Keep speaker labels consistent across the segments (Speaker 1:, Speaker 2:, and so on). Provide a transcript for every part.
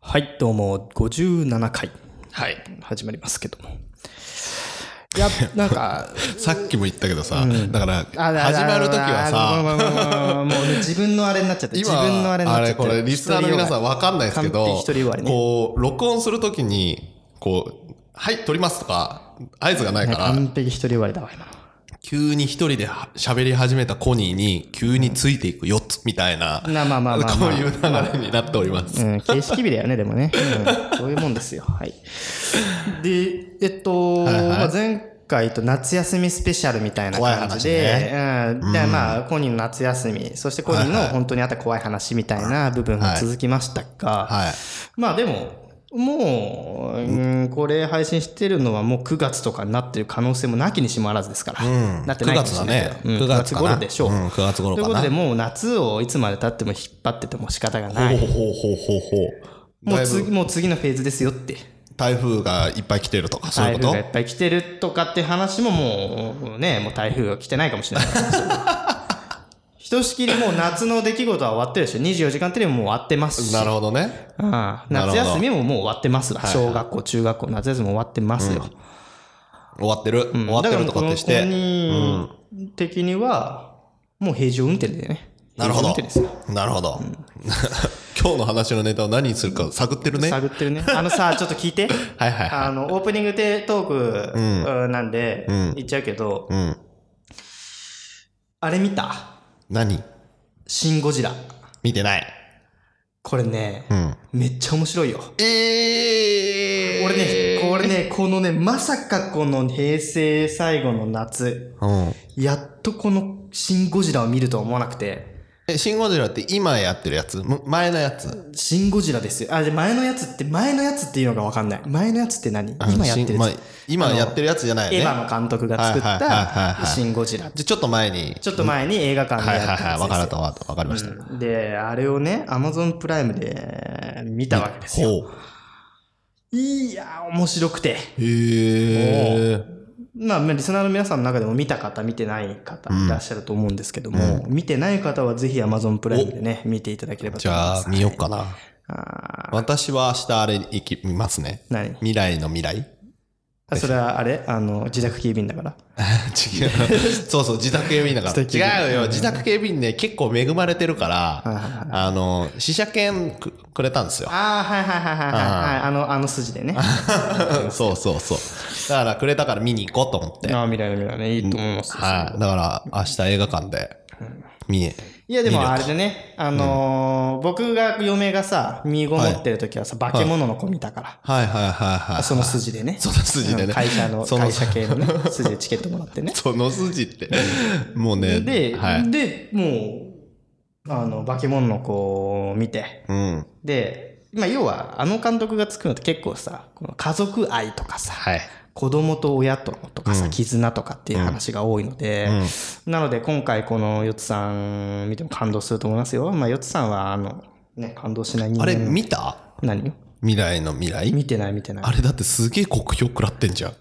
Speaker 1: はい、どうも、57回、
Speaker 2: はい。
Speaker 1: 始まりますけども。い や、なんか、
Speaker 3: さっきも言ったけどさ、だから、始
Speaker 1: あらら
Speaker 3: まる時はさ、
Speaker 1: あ もうもうもうもうもう自分のあれになっちゃって、自
Speaker 3: 今、
Speaker 1: 分のあれになっ
Speaker 3: あ
Speaker 1: ちゃ
Speaker 3: れ
Speaker 1: って。
Speaker 3: これ、リスナーの皆さんわかんないですけ
Speaker 1: 完
Speaker 3: ど
Speaker 1: 璧一人終わり、ね
Speaker 3: こう、録音するときに、こう、はい、撮りますとか、合図がないから、
Speaker 1: 完璧一人終わりだわ、今の。
Speaker 3: 急に一人では喋り始めたコニーに、急についていく4つみたいな、
Speaker 1: まあまあまあまあま
Speaker 3: こ
Speaker 1: あ
Speaker 3: ういう流れになっております。
Speaker 1: うん、形式日だ よね、でもね。うん、そういうもんですよ。はい。で、えっと、まあ、前回と夏休みスペシャルみたいな感じで、うん、で、まあ、コニーの夏休み、そしてコニーの本当にあった怖い話みたいな部分が続きましたが、
Speaker 3: はい。
Speaker 1: まあでも、もう、うん、これ配信してるのはもう9月とかになってる可能性もなきにしもあらずですから。なってな
Speaker 3: 9
Speaker 1: いかも
Speaker 3: 月
Speaker 1: し
Speaker 3: だ
Speaker 1: れないけ
Speaker 3: ね
Speaker 1: ど。うん
Speaker 3: 9月かな
Speaker 1: 頃でしょう。
Speaker 3: うん、9月頃
Speaker 1: という
Speaker 3: か
Speaker 1: こと
Speaker 3: な
Speaker 1: で、。もう夏をいつまで経っても引っ張ってても仕方がない。
Speaker 3: ほうほうほうほうほう。
Speaker 1: も
Speaker 3: だ
Speaker 1: う
Speaker 3: いぶ
Speaker 1: 次もう次のフェーズですよって。
Speaker 3: 台風がいっぱい来てるとか、そうい
Speaker 1: 台
Speaker 3: うこ
Speaker 1: 風
Speaker 3: と
Speaker 1: がいっぱい来てるとかって話ももうね、もう台風が来てないかもしれ ないから。ひとしきりもう夏の出来事は終わってるでしょ。24時間テレビももう終わってますし。
Speaker 3: なるほどね。
Speaker 1: ああ
Speaker 3: なる
Speaker 1: 夏
Speaker 3: ほど
Speaker 1: 休みももう終わってますわ。
Speaker 3: はい
Speaker 1: 小学校、中学校、夏休みも終わってますよ。
Speaker 3: 終わってる、終わってるとかってし
Speaker 1: だ
Speaker 3: て
Speaker 1: からもうこの公認的には、もう平常運転でね。
Speaker 3: なるほ
Speaker 1: 平常運転
Speaker 3: ど
Speaker 1: ですよ。
Speaker 3: なるほど 今日の話のネタを何にするか探ってるね
Speaker 1: 探ってるね。あのさ、ちょっと聞いて。
Speaker 3: はいはいは
Speaker 1: あの、オープニングでトークうんなんで、言っちゃうけど、
Speaker 3: いうん
Speaker 1: あれ見た
Speaker 3: 何
Speaker 1: シン・ゴジラ。
Speaker 3: 見てない
Speaker 1: これね、
Speaker 3: うん
Speaker 1: めっちゃ面白いよ。
Speaker 3: え
Speaker 1: 俺ね、これね、このね、まさかこの平成最後の夏、
Speaker 3: うん
Speaker 1: やっとこのシン・ゴジラを見るとは思わなくて、
Speaker 3: えシン・ゴジラって今やってるやつむ前のやつ
Speaker 1: シン・ゴジラですよ。あ、で、前のやつって、前のやつっていうのがわかんない。前のやつって何
Speaker 3: あの
Speaker 1: 今やって
Speaker 3: シ
Speaker 1: る
Speaker 3: ン
Speaker 1: や
Speaker 3: ま
Speaker 1: つ
Speaker 3: あ。今やってるやつじゃないよ
Speaker 1: エ
Speaker 3: ね
Speaker 1: ヴァの監督が作っ
Speaker 3: はいはいはいはいは
Speaker 1: た
Speaker 3: い
Speaker 1: シン・ゴジラ。
Speaker 3: じゃちょっと前に
Speaker 1: ちょっと前に映画館で
Speaker 3: はいはい
Speaker 1: やった
Speaker 3: は
Speaker 1: や
Speaker 3: い
Speaker 1: つ
Speaker 3: 分か
Speaker 1: で
Speaker 3: った分かった分かりました、
Speaker 1: すよで、あれをね、アマゾンプライムで見たわけですよ。
Speaker 3: ほう
Speaker 1: いやー、面白くて。
Speaker 3: へえ
Speaker 1: まあ、まあリスナーの皆さんの中でも見た方、見てない方いらっしゃると思うんですけども、見てない方はぜひ Amazon プライムでね、見ていただければ
Speaker 3: じ
Speaker 1: と思いま
Speaker 3: ゃあ
Speaker 1: す。
Speaker 3: 見よっかな
Speaker 1: あ
Speaker 3: 私は明日あれ行き見ますね
Speaker 1: 何
Speaker 3: 未来の未来
Speaker 1: あそれはあれあの、自宅警備員だから。
Speaker 3: 違う。そうそう、自宅警備員だか
Speaker 1: 自宅警備
Speaker 3: ら。
Speaker 1: 員
Speaker 3: 違うよ、自宅警備員ね、結構恵まれてるか
Speaker 1: はいはい
Speaker 3: ら、あの、試写券くくれたんですよ。
Speaker 1: ああ、はいはいはいはいはいはい。あの、あの筋でね。
Speaker 3: そうそうそう。だからくれたから見に行こうと思って。
Speaker 1: ああ、未来の未来ね、いいと思います。
Speaker 3: はい。だから、明日映画館で見に。
Speaker 1: いや、でもあれでね、あのー僕が、嫁がさ、身ごもってる時はさ、化け物の子見たから。
Speaker 3: はいはいはいはい。
Speaker 1: その筋でね。
Speaker 3: その筋でね
Speaker 1: 会社の、
Speaker 3: その
Speaker 1: 会社系のね、筋でチケットもらってね。
Speaker 3: その筋って、もうね、
Speaker 1: で、
Speaker 3: はい。
Speaker 1: で、もう、あの、化け物の子を見て、
Speaker 3: うん。
Speaker 1: で、まあ、要は、あの監督が作るのって結構さ、この家族愛とかさ、
Speaker 3: はい。
Speaker 1: 子供と親とのとかさ、絆とかっていう話が多いので、なので今回このヨツさん見ても感動すると思いますよ。まあ、ヨツさんは、あの、ね、感動しない人
Speaker 3: あ
Speaker 1: 間
Speaker 3: れ、見た
Speaker 1: 何
Speaker 3: 未来の未来
Speaker 1: 見てない見てない
Speaker 3: あ。れだってすげえ酷評食らってんじゃん。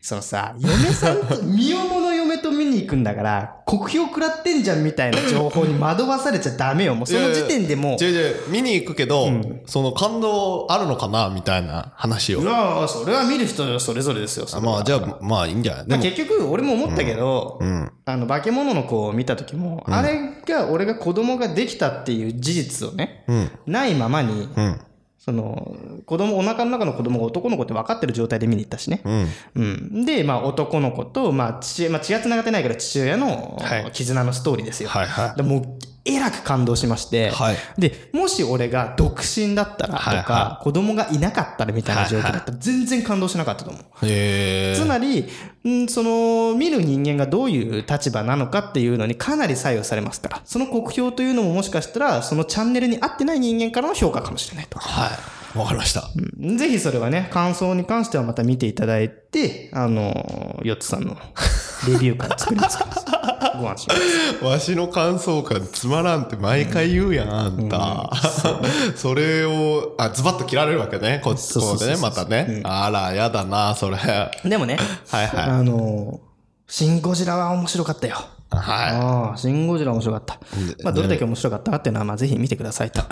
Speaker 1: そのさ、嫁さんと、身重の嫁と見に行くんだから、酷評食らってんじゃんみたいな情報に惑わされちゃダメよ。もうその時点でもう
Speaker 3: いや、いや違う違う見に行くけど、その感動あるのかなみたいな話を。
Speaker 1: まあ、それは見る人それぞれですよ。それは
Speaker 3: まあ、じゃあ、まあいいんじゃない
Speaker 1: ま
Speaker 3: で
Speaker 1: あ
Speaker 3: も、
Speaker 1: 結局、俺も思ったけど、
Speaker 3: うん。
Speaker 1: あの、化け物の子を見た時も、あれが、俺が子供ができたっていう事実をね、
Speaker 3: うん。
Speaker 1: ないままに、
Speaker 3: うん。
Speaker 1: その、子供、お腹の中の子供が男の子って分かってる状態で見に行ったしね。
Speaker 3: うん。
Speaker 1: うん。で、まあ、男の子と、まあ、父、まあ、血が繋がってないけど、父親の
Speaker 3: はい
Speaker 1: 絆のストーリーですよ。
Speaker 3: はいは
Speaker 1: でもう、えらく感動しまして、
Speaker 3: い。はい。
Speaker 1: で、もし俺が独身だったらとか、
Speaker 3: はいは
Speaker 1: 子供がいなかったらみたいな状況だったら、全然感動しなかったと思う。
Speaker 3: え
Speaker 1: つまり、んその、見る人間がどういう立場なのかっていうのにかなり左右されますから、その酷評というのももしかしたら、そのチャンネルに合ってない人間からの評価かもしれないと。
Speaker 3: はい。わかりました。
Speaker 1: うんぜひそれはね、感想に関してはまた見ていただいて、あの、ヨッツさんの レビューから作りますから。ご安心ください。
Speaker 3: わしの感想感つまらんって毎回言うやん、あんた。 それを、あ、ズバッと切られるわけね。こっち
Speaker 1: そうそう
Speaker 3: こ
Speaker 1: そうう
Speaker 3: で
Speaker 1: そ
Speaker 3: ね、
Speaker 1: う
Speaker 3: またね。あら、やだな、それ。 はい
Speaker 1: でもね、
Speaker 3: は
Speaker 1: あの、シン・ゴジラは面白かったよ。
Speaker 3: い。は
Speaker 1: ああ、シン・ゴジラ面白かった。まあ、どれだけ面白かったかっていうのは、まあ、ぜひ見てくださいと。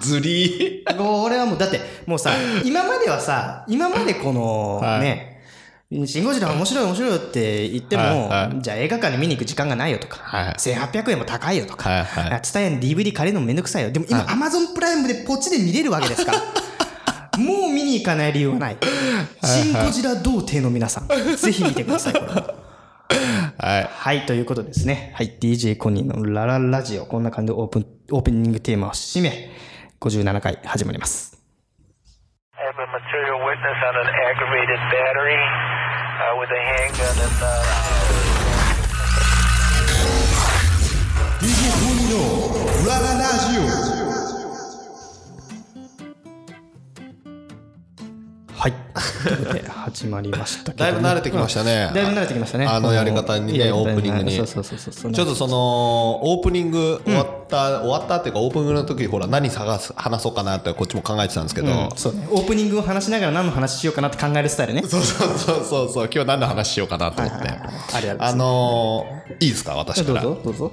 Speaker 3: ずり
Speaker 1: ー。俺 はもう、だって、もうさ、今まではさ、今までこの、
Speaker 3: はい
Speaker 1: ね、シン・ゴジラ面白い面白いよって言っても、
Speaker 3: はいは
Speaker 1: じゃあ映画館に見に行く時間がないよとか、
Speaker 3: はい
Speaker 1: 1800円も高いよとか、
Speaker 3: はいはい。
Speaker 1: ツタヤに DVD 借りるのめんどくさいよ。でも今、アマゾンプライムでポチで見れるわけです から。もう見に行かない理由はない。シン・ゴジラ童貞の皆さん、ぜひ見てください。これは
Speaker 3: はい。
Speaker 1: はい、ということですね。はい、DJ コニーのラララジオ。こんな感じでオープン、オープニングテーマを締め、57回始まります。
Speaker 2: I have a material witness on an aggravated battery uh, with a handgun and. Uh
Speaker 3: ラララジ
Speaker 1: はい。ということで、始まりましたけど
Speaker 3: だい
Speaker 1: も、
Speaker 3: ぶ慣れてきましたね。
Speaker 1: だいぶ慣れてきましたね。
Speaker 3: あのやり方にね、
Speaker 1: うん
Speaker 3: オープニングに。
Speaker 1: そうそうそうそう。
Speaker 3: ちょっとそのオープニング終わった、終わったっていうかオープニングの時ほら何探す話そうかなってこっちも考えてたんですけど、
Speaker 1: うんそうね。オープニングを話しながら何の話しようかなって考えるスタイルね。
Speaker 3: そうそうそうそうそう今日何の話しようかなと思っ
Speaker 1: あ
Speaker 3: て、
Speaker 1: りがとうございます
Speaker 3: あのーいいですか私
Speaker 1: ど
Speaker 3: か
Speaker 1: う
Speaker 3: ら
Speaker 1: ぞ、どうぞ。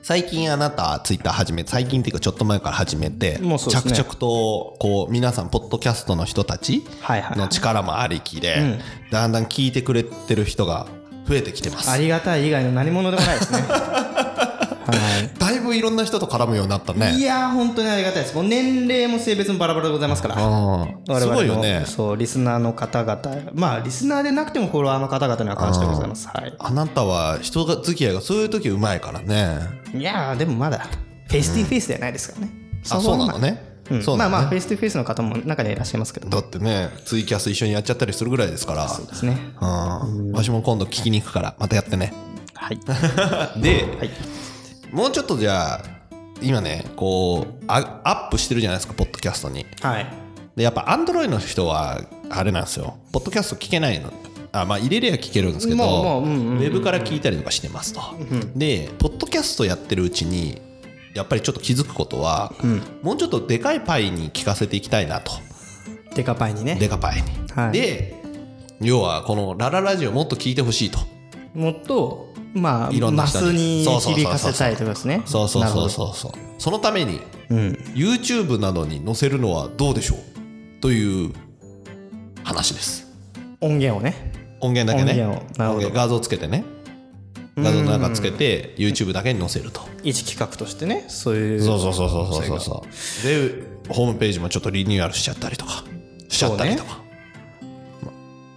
Speaker 3: 最近あなたツイッター始め最近っていうかちょっと前から始めて、
Speaker 1: もうそうです
Speaker 3: 着
Speaker 1: ね
Speaker 3: 々とこう皆さんポッドキャストの人たち
Speaker 1: はいはいはい
Speaker 3: の力もありきで、
Speaker 1: ん
Speaker 3: だんだん聞いてくれてる人が増えてきてます
Speaker 1: ありがたい以外の何者でもないです ね。は
Speaker 3: だいぶいろんな人と絡むようになったね
Speaker 1: い。いやー、本当にありがたいです。もう年齢も性別もバラバラでございますから。
Speaker 3: うん
Speaker 1: 我々
Speaker 3: す
Speaker 1: の
Speaker 3: ごいよね
Speaker 1: そう、リスナーの方々。まあ、リスナーでなくてもフォロワーの方々には感謝でございます。はい。
Speaker 3: あなたは人付き合いがそういう時うまいからね。
Speaker 1: いやー、でもまだ、フェイストゥフェイスではないですからね。
Speaker 3: あ、そうなのね。
Speaker 1: うん。
Speaker 3: そう
Speaker 1: ま
Speaker 3: な
Speaker 1: あ
Speaker 3: のね
Speaker 1: まあ、フェイストゥフェイスの方も中にはいらっしゃいますけど。
Speaker 3: だってね、ツイキャス一緒にやっちゃったりするぐらいですから。
Speaker 1: そうですね。
Speaker 3: うん。わしも今度聞きに行くから、またやってね。
Speaker 1: はい。
Speaker 3: で、
Speaker 1: はい。
Speaker 3: もうちょっとじゃあ、今ね、こう、あアップしてるじゃないですか、ポッドキャストに。
Speaker 1: はい。
Speaker 3: で、やっぱ、アンドロイドの人は、あれなんですよ。ポッドキャスト聞けないの。あ、まあ、入れりゃ聞けるんですけど、
Speaker 1: まあまあうんうんうんうん
Speaker 3: ウェブから聞いたりとかしてますと。で、ポッドキャストやってるうちに、やっぱりちょっと気づくことは、もうちょっとでかいパイに聞かせていきたいなと。
Speaker 1: デカパイにね。
Speaker 3: でかパイに。
Speaker 1: はい
Speaker 3: で、要は、このラララジオもっと聞いてほしいと。
Speaker 1: もっと、まあ、
Speaker 3: いろんな
Speaker 1: マ
Speaker 3: 人
Speaker 1: スに
Speaker 3: に
Speaker 1: 響かせたいとかですね。
Speaker 3: そうそうそう
Speaker 1: う。
Speaker 3: そうそう。そのために、
Speaker 1: うん。
Speaker 3: YouTube などに載せるのはどうでしょうという話です
Speaker 1: 音源をね。
Speaker 3: 音源だけね
Speaker 1: 音源をなるほど
Speaker 3: 音源画像つけてね画像の中つけて YouTube だけに載せると
Speaker 1: 一企画としてね、そういう。
Speaker 3: そうそうそうそうそうそうでホームページもちょっとリニューアルしちゃったりとかしちゃったりとか、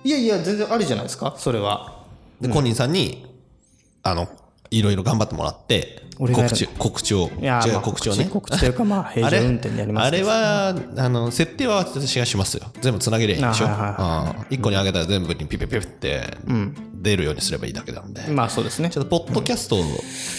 Speaker 1: いやいや、全然ありじゃないですか、それは。
Speaker 3: でコニーさんにあのいろいろ頑張ってもらって
Speaker 1: 俺がや
Speaker 3: 告
Speaker 1: る
Speaker 3: 知告知を
Speaker 1: いや、
Speaker 3: 違
Speaker 1: ま
Speaker 3: う
Speaker 1: あ
Speaker 3: 告知をね
Speaker 1: 告知というか、まあ、平
Speaker 3: あれ
Speaker 1: 常運転でやります
Speaker 3: あれはあの設定は私がしますよ全部つなげりゃいいでしょ、
Speaker 1: あはいはい
Speaker 3: うん1個にあげたら全部にピピピピって出るようにすればいいだけなんで、
Speaker 1: まあ、そうですね
Speaker 3: ち。ょっとポッドキャスト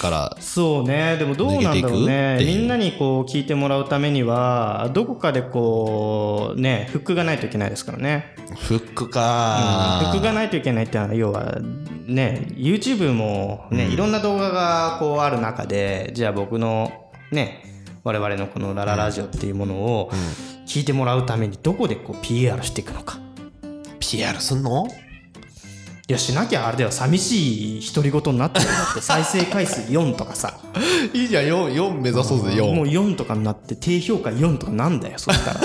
Speaker 3: から、
Speaker 1: そうね、でもどうなんだろう
Speaker 3: 逃
Speaker 1: ね
Speaker 3: げ。ていくっていう
Speaker 1: みんなにこう聞いてもらうためには、どこかでこう、ね、フックがないといけないですからね。
Speaker 3: フック
Speaker 1: フ
Speaker 3: か、
Speaker 1: ックがないといけないってのは要はね YouTube もね、いろんな動画がこうある中でじゃあ僕のね我々のこの「ラララジオ」っていうものを聞いてもらうためにどこでこう PR していくのか
Speaker 3: PR すんの
Speaker 1: いやしなきゃあれだよ寂しい独り言になってるよだって再生回数4とかさ
Speaker 3: いいじゃん 4, 4目指そうぜ
Speaker 1: もう
Speaker 3: 4
Speaker 1: 4とかになって低評価4とかなんだよそ したら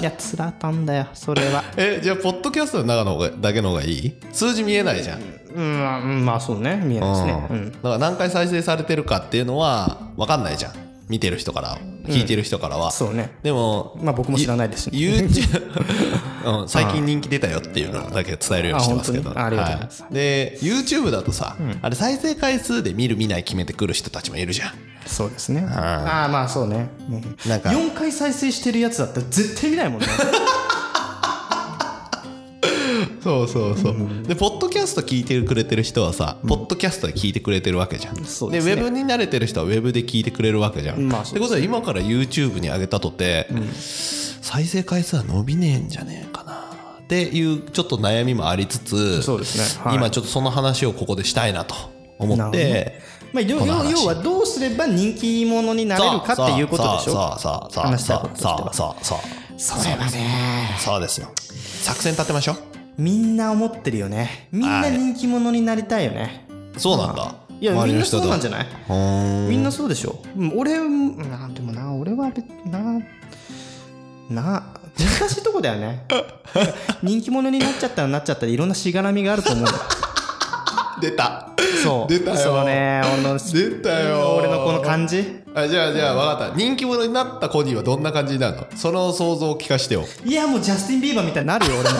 Speaker 1: いやつらたんだよそれは
Speaker 3: えじゃあポッドキャストの中の方がだけの方がいい数字見えないじゃん、
Speaker 1: うんまあうんまあそうね見えないですねう
Speaker 3: うんんだから何回再生されてるかっていうのは分かんないじゃん見てる人から聞いてる人からは、
Speaker 1: そうね
Speaker 3: でも
Speaker 1: まあ僕も知らないですしね
Speaker 3: YouTube うん、最近人気出たよっていうのだけ伝えるようにしてますけ
Speaker 1: あ本当
Speaker 3: ど
Speaker 1: にありがとうございます
Speaker 3: はで YouTube だとさ、あれ再生回数で見る見ない決めてくる人たちもいるじゃん
Speaker 1: そうですねああまあそうね、うん
Speaker 3: なんか
Speaker 1: 4回再生してるやつだったら絶対見ないもんね
Speaker 3: そうそうそう、でポッドキャスト聞いてくれてる人はさ、ポッドキャストで聞いてくれてるわけじゃん
Speaker 1: そうですね
Speaker 3: ウェブに慣れてる人はウェブで聞いてくれるわけじゃん、
Speaker 1: まあ
Speaker 3: っ
Speaker 1: そうですね
Speaker 3: てことは今から YouTube に上げたとて、再生回数は伸びねえんじゃねえかなっていうちょっと悩みもありつつ
Speaker 1: そうですねはい
Speaker 3: 今ちょっとその話をここでしたいなと
Speaker 1: な
Speaker 3: 思
Speaker 1: る
Speaker 3: っ
Speaker 1: ほど
Speaker 3: て
Speaker 1: ね。まあ要
Speaker 3: この話
Speaker 1: 要はどうすれば人気者になれるかっていうことでしょ
Speaker 3: そうそうそう
Speaker 1: 話したい
Speaker 3: そ
Speaker 1: こと
Speaker 3: う
Speaker 1: として
Speaker 3: そう
Speaker 1: は
Speaker 3: そうそう
Speaker 1: それはね
Speaker 3: そうですよ作戦立てましょ
Speaker 1: みんな思ってるよねみんな人気者になりたいよね
Speaker 3: うそうなんだ
Speaker 1: いや
Speaker 3: 周
Speaker 1: みん
Speaker 3: りの
Speaker 1: な
Speaker 3: 人
Speaker 1: そ
Speaker 3: と
Speaker 1: うなんじゃないみんなそうでしょうん俺うんなでもな俺は別なな難しいとこだよ ね人気者になっちゃったらなっちゃったでいろんなしがらみがあると思うの
Speaker 3: 出た
Speaker 1: そう
Speaker 3: 出たよ
Speaker 1: そうね俺の
Speaker 3: 出たよ
Speaker 1: 俺のこの感じ
Speaker 3: あじゃあじゃあ分かった人気者になったコニーはどんな感じになるのその想像を聞かしてよ
Speaker 1: いやもうジャスティン・ビーバーみたいになるよ俺 も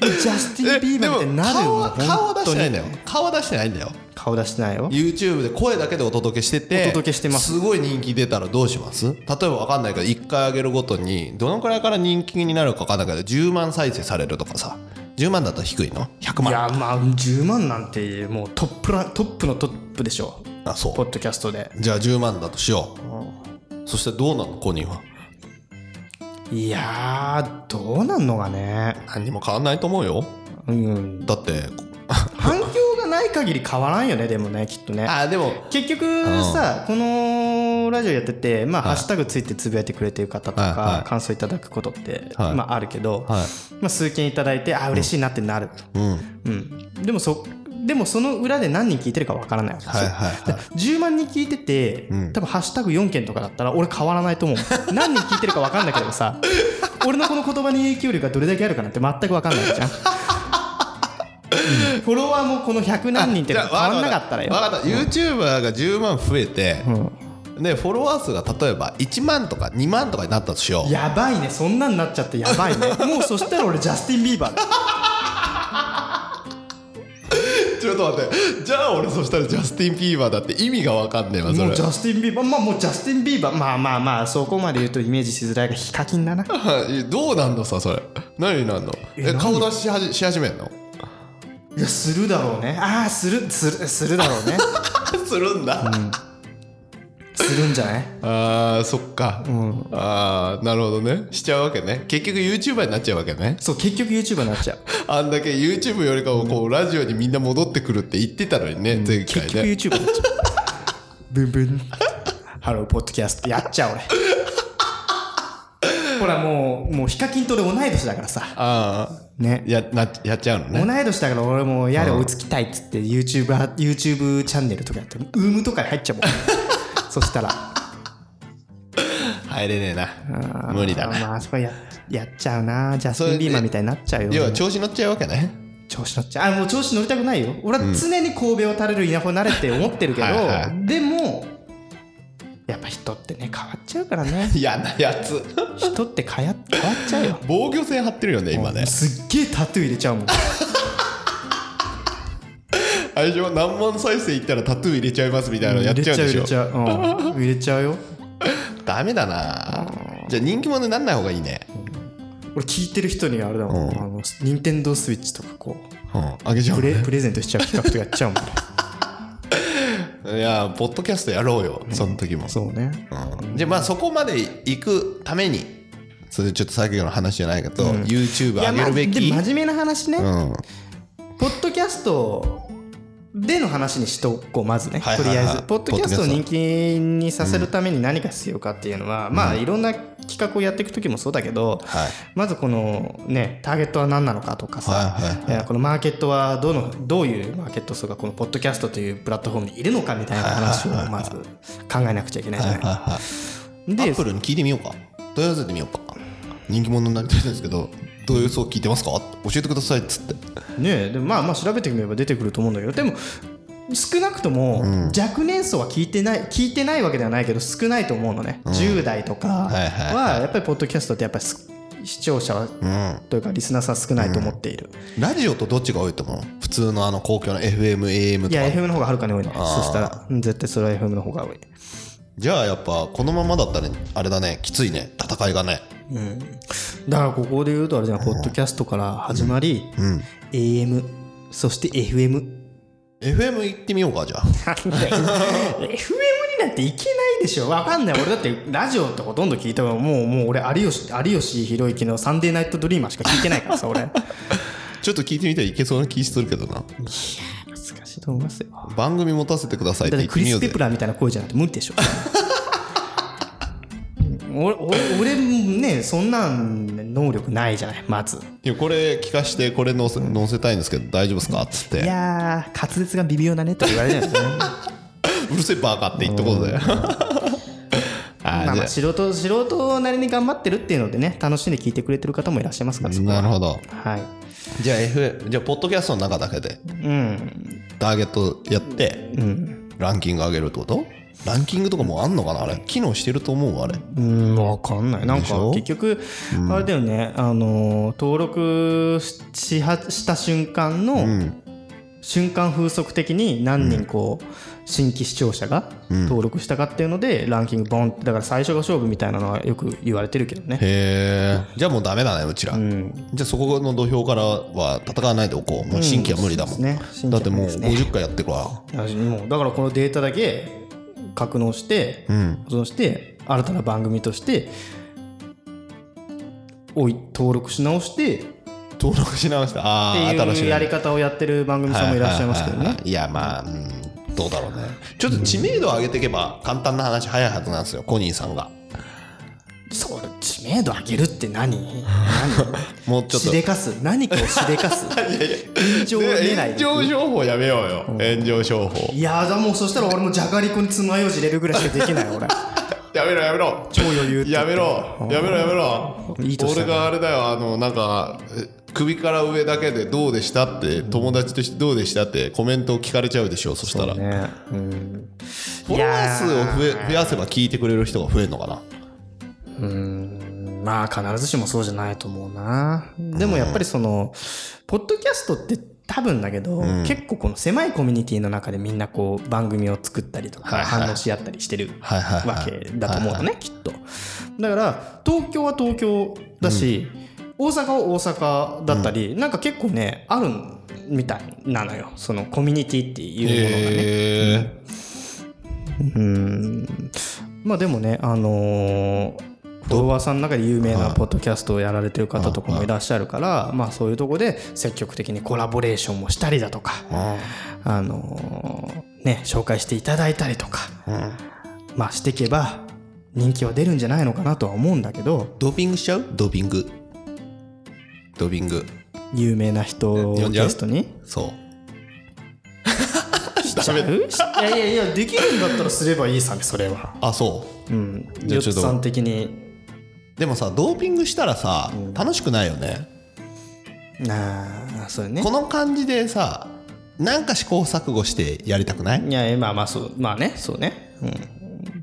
Speaker 1: ジャスティン・ビーバーみたいになる
Speaker 3: 顔
Speaker 1: よ
Speaker 3: は顔は出してないんだよ
Speaker 1: 本当に
Speaker 3: 顔は出してないんだよ
Speaker 1: 顔出してないよ
Speaker 3: YouTube で声だけでお届けしてて
Speaker 1: お届けしてます
Speaker 3: すごい人気出たらどうします例えば分かんないけど1回上げるごとにどのくらいから人気になるか分かんないけど10万再生されるとかさ10万だと低いの100
Speaker 1: い
Speaker 3: 万
Speaker 1: やまあ10万なんてもうトップラントップのトップでしょ
Speaker 3: あそ
Speaker 1: ポッドキャストで
Speaker 3: うじゃあ10万だとしようそしてどうなのコニーはい
Speaker 1: やーどうなんのかね
Speaker 3: 何にも変わんないと思うよ
Speaker 1: うん
Speaker 3: だって
Speaker 1: 反響がない限り変わらんよねでもねきっとね
Speaker 3: あでも
Speaker 1: 結局さこのラジオやっててまあハッ
Speaker 3: い
Speaker 1: シュタグついてつぶやいてくれてる方と
Speaker 3: はいは
Speaker 1: か
Speaker 3: い
Speaker 1: 感想いただくことって
Speaker 3: はい
Speaker 1: まああるけど
Speaker 3: は
Speaker 1: まあ数件いただいてあ嬉しいなってなる
Speaker 3: いうんはい
Speaker 1: うんでもそでもその裏で何人聞いてるかわからないわけですよ
Speaker 3: はいはい
Speaker 1: 10万人聞いてて、
Speaker 3: ん
Speaker 1: 多分ハッシュタグ4件とかだったら俺変わらないと思う何人聞いてるか分かんないけど さ俺のこの言葉に影響力がどれだけあるかなんて全く分かんないじゃん、うんフォロワーもこの100何人って
Speaker 3: じ
Speaker 1: の
Speaker 3: ゃ
Speaker 1: は
Speaker 3: あ
Speaker 1: 変わんなかったらよ
Speaker 3: わかった YouTuber が10万増えて、でフォロワー数が例えば1万とか2万とかになったとしよう
Speaker 1: やばいねそんなんなっちゃってやば いねもうそしたら俺ジャスティン・ビーバーだ
Speaker 3: ちょっと待ってじゃあ俺そしたらジャスティン・ビーバーだって意味が分かんねえわそ
Speaker 1: もう
Speaker 3: れ
Speaker 1: ジャスティン・ビーバーまあもうジャスティン・ビーバーまあまあまあそこまで言うとイメージしづらいがヒカキンだな
Speaker 3: どうなんのさそれ何になんの
Speaker 1: え
Speaker 3: え
Speaker 1: 何
Speaker 3: 顔出しはじし始めんの
Speaker 1: いやするだろうねああするするするだろうね
Speaker 3: するんだ、
Speaker 1: するんじゃない
Speaker 3: あーそっか、ああなるほどねしちゃうわけね結局 YouTuber になっちゃうわけね
Speaker 1: そう結局 YouTuber になっちゃう
Speaker 3: あんだけ YouTube よりかもこう、ラジオにみんな戻ってくるって言ってたのにね、前
Speaker 1: 結
Speaker 3: 回
Speaker 1: 局
Speaker 3: ね
Speaker 1: YouTube になっちゃう ブンブンハローポッドキャストやっちゃう俺ほらもうもうヒカキンとで同い年だからさ
Speaker 3: あ
Speaker 1: ね
Speaker 3: あやなやっちゃうの
Speaker 1: 同い
Speaker 3: ね
Speaker 1: 年だから俺もやれ追いつきたいっつって YouTube, YouTube チャンネルとかやってウームとかに入っちゃうもん そしたら
Speaker 3: 入れねえな無理だ
Speaker 1: あ
Speaker 3: な
Speaker 1: まあそこややっちゃうなジャス
Speaker 3: そ
Speaker 1: ティ
Speaker 3: れ
Speaker 1: ン・ビーマンみたいになっちゃうよ
Speaker 3: 要は調子乗っちゃうわけね
Speaker 1: 調子乗っちゃうあもう調子乗りたくないよ俺は常に神戸を垂れる稲穂になれって思ってるけど
Speaker 3: はいは
Speaker 1: でもやっぱ人ってね変わっちゃうからね
Speaker 3: 嫌なやつ
Speaker 1: 人ってかや変わっちゃうよ
Speaker 3: 防御線張ってるよね今ね
Speaker 1: すっげえタトゥー入れちゃうもん
Speaker 3: 最初何万再生いったらタトゥー入れちゃいますみたいなのやっ
Speaker 1: 入
Speaker 3: ち
Speaker 1: れ
Speaker 3: ゃ
Speaker 1: ち
Speaker 3: う
Speaker 1: ゃう
Speaker 3: で
Speaker 1: 入
Speaker 3: し
Speaker 1: れち
Speaker 3: ょ
Speaker 1: ゃう、うん、入れちゃうよ
Speaker 3: ダメだなじゃあ人気者になんない方がいいね
Speaker 1: 俺聞いてる人にあれだもん、
Speaker 3: うん
Speaker 1: あの任天堂スイッチとかこう
Speaker 3: うんあげちゃお
Speaker 1: プ
Speaker 3: う
Speaker 1: レ
Speaker 3: ね
Speaker 1: プレゼントしちゃう企画とかやっちゃうもん
Speaker 3: いやポッドキャストやろうよその時も
Speaker 1: そうね
Speaker 3: うんじゃあまあそこまで行くためにそれちょっと先ほどの話じゃないけど YouTube 上げ
Speaker 1: まあ
Speaker 3: る
Speaker 1: で
Speaker 3: べき
Speaker 1: 真面目な話ね、
Speaker 3: うん
Speaker 1: ポッドキャストでの話にしとこうまずね、
Speaker 3: はいはい
Speaker 1: と
Speaker 3: はい
Speaker 1: りあえずポッドキャストを
Speaker 3: ポッ
Speaker 1: 人
Speaker 3: ド
Speaker 1: 気にさせるために何が必要かっていうのは、まあいろんな企画をやっていく時もそうだけど、
Speaker 3: はい
Speaker 1: まずこのねターゲットは何なのかとかさ、
Speaker 3: はいはい
Speaker 1: えーこのマーケットはどのどういうマーケット層がこのポッドキャストというプラットフォームにいるのかみたいな話をまず考えなくちゃいけないじゃない。
Speaker 3: はいはいア
Speaker 1: で
Speaker 3: ップルに聞いてみようか問い合わせてみようか人気者になりたいんですけどどういう層聞いてますか教えてくださいっつって
Speaker 1: ねえでもまあまあ調べてみれば出てくると思うんだけどでも少なくとも若年層は聞いてない聞いてないわけではないけど少ないと思うのね、10代とか
Speaker 3: はいはい
Speaker 1: はやっぱりポッドキャストってやっぱりす視聴者は
Speaker 3: うん
Speaker 1: というかリスナーさん少ないと思っている、
Speaker 3: ラジオとどっちが多いと思う普通のあの公共の FMAM
Speaker 1: いや
Speaker 3: とか
Speaker 1: FM の方がはるかに多いね
Speaker 3: あー
Speaker 1: そしたらうん絶対それは FM の方が多い
Speaker 3: じゃあやっぱこのままだったらあれだねきついね戦いがね
Speaker 1: だからここで言うとあれじゃんポッドキャストから始まり、AM そして FM
Speaker 3: FM 行ってみようかじゃあ
Speaker 1: FM になんていけないでしょわかんない俺だってラジオってほとんど聞いたももうもう俺有吉有吉弘行の「サンデーナイトドリーマー」しか聞いてないからさ俺
Speaker 3: ちょっと聞いてみたらいけそうな気するけどな
Speaker 1: 難しいと思いますよだ
Speaker 3: 番組持たせてくださいって
Speaker 1: って
Speaker 3: 言っ
Speaker 1: ク
Speaker 3: て
Speaker 1: リ
Speaker 3: みよ
Speaker 1: ス・
Speaker 3: うぜ
Speaker 1: ペプラーみたいな声じゃなくて無理でしょ俺俺俺ねそんなん能力ないじゃないまず
Speaker 3: いやこれ聞かしてこれ載せ載せたいんですけど大丈夫ですかっつっ
Speaker 1: い
Speaker 3: て
Speaker 1: やー滑舌が微妙だねと言われるんですね
Speaker 3: うるせえバカって言った ことであ
Speaker 1: まあ
Speaker 3: ー
Speaker 1: ま
Speaker 3: じ
Speaker 1: あ素人素人なりに頑張ってるっていうのでね楽しんで聞いてくれてる方もいらっしゃいますからそこ
Speaker 3: ゃあな
Speaker 1: は
Speaker 3: るほど
Speaker 1: はい
Speaker 3: じゃあ F じゃあポッドキャストの中だけで
Speaker 1: うん
Speaker 3: ターゲットやって
Speaker 1: うん
Speaker 3: ランキング上げるってことランキングとかもあんのかなあれ機能してると思うあれ
Speaker 1: うん、わかんない。なん
Speaker 3: でし
Speaker 1: か
Speaker 3: ょ
Speaker 1: 結局、あれだよね、あのー登録しはした瞬間の、
Speaker 3: うん
Speaker 1: 瞬間風速的に何人こう、新規視聴者が
Speaker 3: うん
Speaker 1: 登録したかっていうので、ランキングボンってだから最初が勝負みたいなのはよく言われてるけどね。
Speaker 3: へえじゃあもうダメだねうちら、
Speaker 1: うん、
Speaker 3: じゃあそこの土俵からは戦わないでおこうもう新規は無理だもん、
Speaker 1: うんそうですね
Speaker 3: だってもう
Speaker 1: 新規は無理ですね
Speaker 3: 50回やってるか
Speaker 1: だからもうだからこのデータだけ格納して
Speaker 3: らうん
Speaker 1: 保存して新たな番組としておい登録し直して
Speaker 3: 登録し直したああ
Speaker 1: って
Speaker 3: 新し
Speaker 1: いう
Speaker 3: い
Speaker 1: やり方をやってる番組さんもいらっしゃいますけど
Speaker 3: はは
Speaker 1: ね
Speaker 3: は。はいやまあ、うんどうだろうねちょっと知名度を上げていけば簡単な話早いはずなんですよコニーさんが
Speaker 1: それ知名度上げるって 何
Speaker 3: もうちょっ
Speaker 1: し
Speaker 3: と
Speaker 1: でかす何かをしでかす 炎上
Speaker 3: で
Speaker 1: 狙
Speaker 3: 炎
Speaker 1: い
Speaker 3: 上商法やめようよ、炎上商法
Speaker 1: いやだもうそしたら俺もじゃがりこに爪楊枝入れるぐらいしかできない俺
Speaker 3: やめろやめろ
Speaker 1: 超余裕って
Speaker 3: やめろやめろやめろ
Speaker 1: いい年だ
Speaker 3: 俺
Speaker 1: な
Speaker 3: があれだよあのなんかえ首から上だけでどうでしたって友達としてどうでしたってコメントを聞かれちゃうでしょ そしたら、
Speaker 1: ねうん
Speaker 3: フォロワー数を増
Speaker 1: いや
Speaker 3: え増やせば聞いてくれる人が増えるのかな
Speaker 1: うんまあ必ずしもそうじゃないと思うなでもやっぱりそのポッドキャストって多分だけど、
Speaker 3: ん
Speaker 1: 結構この狭いコミュニティの中でみんなこう番組を作ったりとか
Speaker 3: はいはい
Speaker 1: 反応し合ったりしてる
Speaker 3: はいはいはい
Speaker 1: わけだと思うのね、きっと。だから東京は東京だし、大阪は大阪だったり、なんか結構ねあるみたいなのよそのコミュニティっていうものがね。
Speaker 3: へえ
Speaker 1: うんまあでもねあのーフォロワーさんの中で有名なポッドキャストをやられてる方とかもいらっしゃるから、まあそういうとこで積極的にコラボレーションもしたりだとか、あのーね、紹介していただいたりとか、まあしていけば人気は出るんじゃないのかなとは思うんだけど、
Speaker 3: ドーピングしちゃうドーピングドーピング
Speaker 1: 有名な人を
Speaker 3: 呼んじゃう
Speaker 1: ゲスト に
Speaker 3: そう
Speaker 1: しちゃうしいやいやいや、できるんだったらすればいいさね、それは。
Speaker 3: あそ
Speaker 1: うん。
Speaker 3: じゃ
Speaker 1: ヨ
Speaker 3: あち
Speaker 1: ッ
Speaker 3: ょっと
Speaker 1: ツさん的に、
Speaker 3: うでもさドーピングしたらさ、楽しくないよね
Speaker 1: ああ、そうね
Speaker 3: こ。の感じでさなんか試行錯誤してやりたくない
Speaker 1: いやいやまあまあそうまあねそうねうん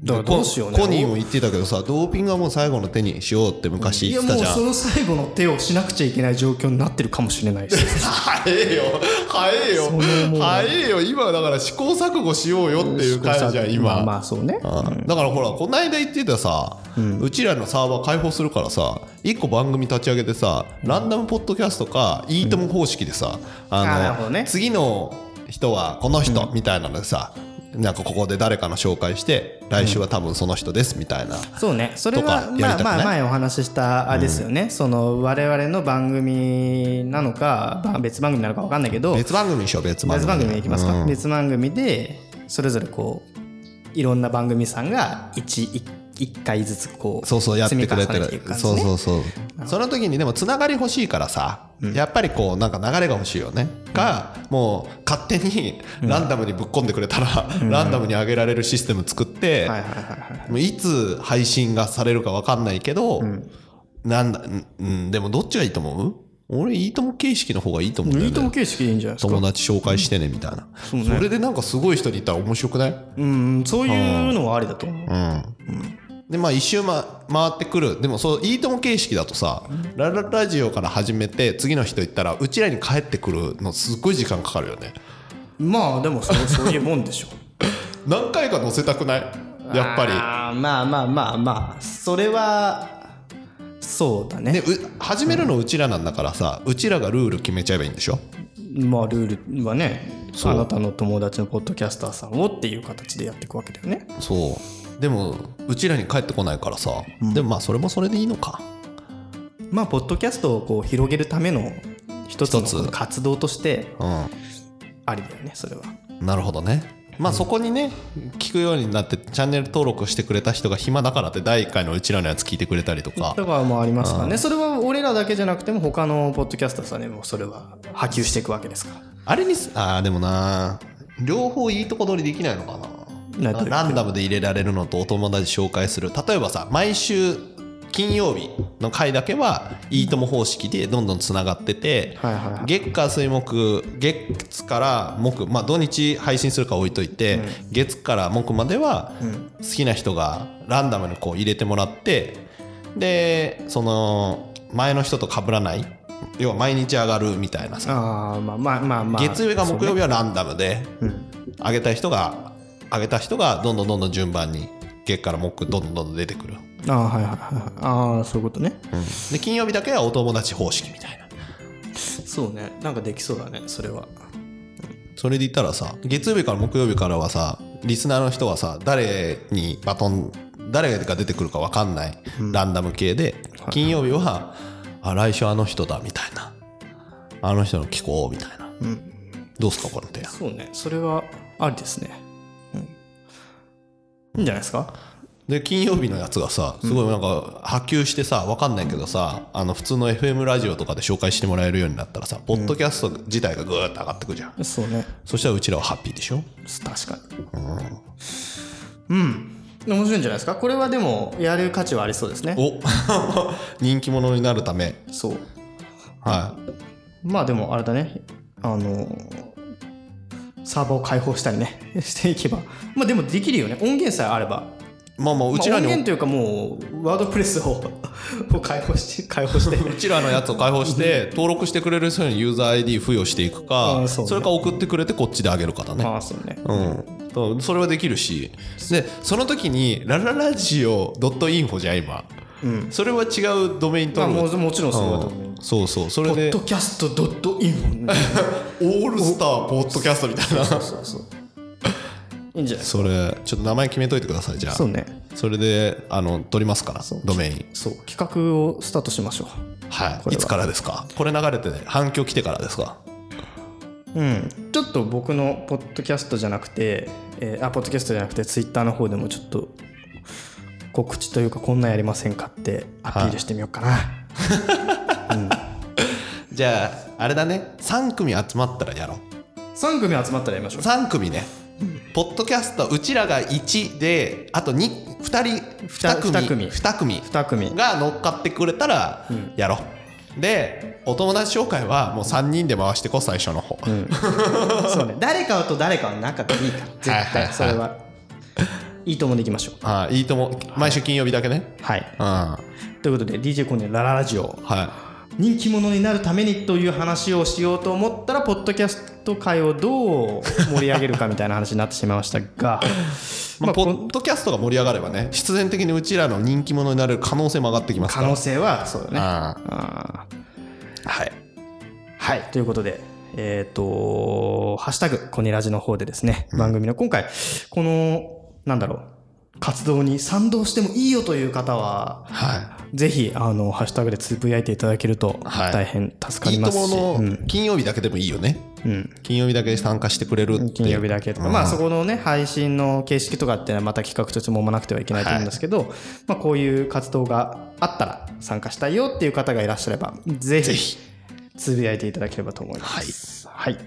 Speaker 1: だから
Speaker 3: コ
Speaker 1: どうしようね
Speaker 3: コニーも言ってたけどさドーピングはもう最後の手にしようって昔
Speaker 1: いや
Speaker 3: 言っ
Speaker 1: も
Speaker 3: てた
Speaker 1: う
Speaker 3: じゃん
Speaker 1: その最後の手をしなくちゃいけない状況になってるかもしれ ないし
Speaker 3: 早えよ早え
Speaker 1: そのもう
Speaker 3: よ早えよ今だから試行錯誤しようよっていう感じじゃん今、
Speaker 1: まあまあそうね
Speaker 3: うんだからほらこないだ言ってたさ、うちらのサーバー開放するからさ1個番組立ち上げてさランダムポッドキャストか「いいとも」方式でさ、
Speaker 1: あーな
Speaker 3: あ
Speaker 1: るほど
Speaker 3: の
Speaker 1: ね
Speaker 3: 次の人はこの人みたいなのでさ、なんかここで誰かの紹介して来週は多分その人ですみたいな、
Speaker 1: そうねそれは
Speaker 3: とかや
Speaker 1: ま
Speaker 3: りた
Speaker 1: あ
Speaker 3: くない
Speaker 1: まあ前お話ししたあれですよね、その我々の番組なのかば別番組なのか分かんないけど
Speaker 3: 別番組にしよう別番
Speaker 1: 別
Speaker 3: 組
Speaker 1: 番組いきますか、
Speaker 3: うん
Speaker 1: 別番組でそれぞれこういろんな番組さんが 1, 1回ずつこう
Speaker 3: そうそうやってくれ
Speaker 1: 積み
Speaker 3: てる
Speaker 1: 重ねいく感じ
Speaker 3: そう
Speaker 1: ね
Speaker 3: そうそうその時にでもつながり欲しいからさ、やっぱりこうなんか流れが欲しいよねが、もう勝手にランダムにぶっ込んでくれたら、ランダムに上げられるシステム作って、
Speaker 1: はいはいはいはい
Speaker 3: もういつ配信がされるか分かんないけど、なんだうんうんでもどっちがいいと思う俺いいとも形式の方がいいと思うんだよ
Speaker 1: い
Speaker 3: ね
Speaker 1: いとも形式でいいんじゃないですか
Speaker 3: 友達紹介してねみたいな、
Speaker 1: うね
Speaker 3: それでなんかすごい人にいたら面白くない
Speaker 1: うん、そういうのはありだと思う。
Speaker 3: でまあ一周、ま、回ってくるでもそういいとも形式だとさ、ラララジオから始めて次の人行ったらうちらに帰ってくるのすっごい時間かかるよね
Speaker 1: まあでもそうそういうもんで しょ。
Speaker 3: 何回か載せたくないやっぱ
Speaker 1: あーまあまあまあまあ、それは、そうだ
Speaker 3: りで
Speaker 1: ね。
Speaker 3: う始めるのうちらなんだからさうちらがルール決めちゃえばいいんでしょ
Speaker 1: まあルールはね、あなたの友達のポッドキャスターさんをっていう形でやっていくわけだよね。
Speaker 3: そうでもうちらに帰ってこないからさ、でもまあそれもそれでいいのか
Speaker 1: まあ、ポッドキャストをこう広げるための一つ
Speaker 3: 一つ
Speaker 1: の活動として
Speaker 3: う
Speaker 1: ありだよね、それは。
Speaker 3: んなるほどねまあそこにね聞くようになってチャンネル登録してくれた人が暇だからって第1回のうちらのやつ聞いてくれたりとか
Speaker 1: とかもありますからね、それは俺らだけじゃなくても他のポッドキャスターさんにもそれは波及していくわけですから
Speaker 3: あれにすああでもな両方いいとこ取りできないのか
Speaker 1: な
Speaker 3: なん
Speaker 1: というか
Speaker 3: ランダムで入れられるのとお友達紹介する例えばさ毎週金曜日の回だけはいいとも方式でどんどんつながってて、
Speaker 1: はいはいはい
Speaker 3: 月火水木月から木まあ土日配信するか置いといて、月から木までは好きな人がランダムにこう入れてもらってでその前の人と被らない要は毎日上がるみたいなさ
Speaker 1: ああまあまあまあまあ
Speaker 3: 月曜日か木曜日はランダムで
Speaker 1: そうね
Speaker 3: 上げた人が上げた人がどんどんどんどん順番に月から木どんどんどんどん出てくる、
Speaker 1: うん、ああはいはいはいああそういうことね
Speaker 3: で金曜日だけはお友達方式みたいな
Speaker 1: そうねなんかできそうだねそれは
Speaker 3: それで言ったらさ月曜日から木曜日からはさリスナーの人はさ誰にバトン誰が出てくるか分かんない、ランダム系で金曜日はあ来週あの人だみたいなあの人の聞こうみたいな、どうすかこの提案
Speaker 1: そうねそれはありですねうんいいんじゃないですか
Speaker 3: で金曜日のやつがさすごいなんか波及してさわかんないけどさあの普通の FM ラジオとかで紹介してもらえるようになったらさポッドキャスト自体がぐーっと上がってくじゃん、
Speaker 1: そうね
Speaker 3: そしたらうちらはハッピーでしょ
Speaker 1: 確かにうん、面白いんじゃないですかこれはでもやる価値はありそうですね
Speaker 3: お人気者になるため
Speaker 1: そう
Speaker 3: はい
Speaker 1: まあでもあれだねあのサーバーを開放したりね していけばまあでもできるよね音源さえあれば
Speaker 3: まあまあう
Speaker 1: う
Speaker 3: ち
Speaker 1: ちら
Speaker 3: らに、
Speaker 1: 音源というかもうワードプレスを を開放して開放して
Speaker 3: うちらのやつを開放して登録してくれる人にユーザー ID 付与していくか
Speaker 1: あそうね
Speaker 3: それか送ってくれてこっちであげるかだね
Speaker 1: ああそうね
Speaker 3: うん、そうそれはできるしでその時にラララジオ .info じゃん今、それは違うドメイン
Speaker 1: ま
Speaker 3: 取
Speaker 1: あ
Speaker 3: る
Speaker 1: もうもちろんそうだと思う
Speaker 3: うんそうそうそ
Speaker 1: ポ
Speaker 3: れ
Speaker 1: ッ
Speaker 3: で
Speaker 1: ドキャストドットインフォ
Speaker 3: オールスターポッドキャストみたいな
Speaker 1: そうそういいんじゃないです
Speaker 3: それちょっと名前決めといてくださいじゃ
Speaker 1: か
Speaker 3: あ
Speaker 1: そう
Speaker 3: そ
Speaker 1: ね
Speaker 3: れであの取りますから
Speaker 1: そう
Speaker 3: ドメイン
Speaker 1: そう企画をスタートしましょ
Speaker 3: は
Speaker 1: こ
Speaker 3: い
Speaker 1: れはい
Speaker 3: つからですかこれ流れてね反響来てからですか
Speaker 1: ううんちょっと僕のポッドキャストじゃなくて、えーあポッドキャストじゃなくてツイッターの方でもちょっと告知というかこんなんやりませんかってアピールしてみようかな、
Speaker 3: じゃああれだね3組集まったらやろう
Speaker 1: 3組集まったらやりましょう
Speaker 3: 3組ねポッドキャストうちらが1であと 2, 2人2組
Speaker 1: 二組
Speaker 3: 二組
Speaker 1: 2組
Speaker 3: が乗っかってくれたらやろう、でお友達紹介はもう3人で回してこ最初の方、
Speaker 1: そうね誰かと誰かの中でいいから
Speaker 3: はい
Speaker 1: 絶
Speaker 3: はいは
Speaker 1: 対
Speaker 3: い
Speaker 1: それはいいともでいきましょう
Speaker 3: ああいいとも毎週金曜日だけね、
Speaker 1: はい
Speaker 3: うんは
Speaker 1: ということで DJ コネラララジオ
Speaker 3: い
Speaker 1: 人気者になるためにという話をしようと思ったらポッドキャスト界をどう盛り上げるかみたいな話になってしまいましたが
Speaker 3: まあポッドキャストが盛り上がればね必然的にうちらの人気者になれる可能性も上がってきますか
Speaker 1: 可
Speaker 3: ら
Speaker 1: 能性はそうだね
Speaker 3: あ
Speaker 1: あー
Speaker 3: あはい
Speaker 1: はいということでえっ、と「ハッシュタグコネラジ」の方でですね、番組の今回このなんだろう活動に賛同してもいいよという方は
Speaker 3: は
Speaker 1: ぜひあのハッシュタグでつぶやいていただけると
Speaker 3: はい
Speaker 1: 大変助か
Speaker 3: いい
Speaker 1: り
Speaker 3: い
Speaker 1: ま
Speaker 3: と
Speaker 1: すし、
Speaker 3: も
Speaker 1: うん
Speaker 3: の金曜日だけでもいいよね、
Speaker 1: うん
Speaker 3: 金曜日だけ参加してくれるって
Speaker 1: 金
Speaker 3: い
Speaker 1: 曜
Speaker 3: う
Speaker 1: 日だけとか、まあそこのね配信の形式とかっていうのはまた企画としてもまなくてはいけないと思うんですけど、まあ、こういう活動があったら参加したいよっていう方がいらっしゃればぜ
Speaker 3: ぜ
Speaker 1: ひ
Speaker 3: ひ
Speaker 1: つぶやいていただければと思います。はい、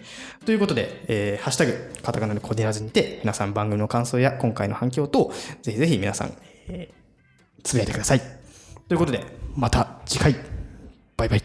Speaker 1: ということで、えーハッシュタグカタカナでコデラジにて皆さん番組の感想や今回の反響等ぜひぜひ皆さん、えーつぶやいてください。ということでまた次回バイバイ。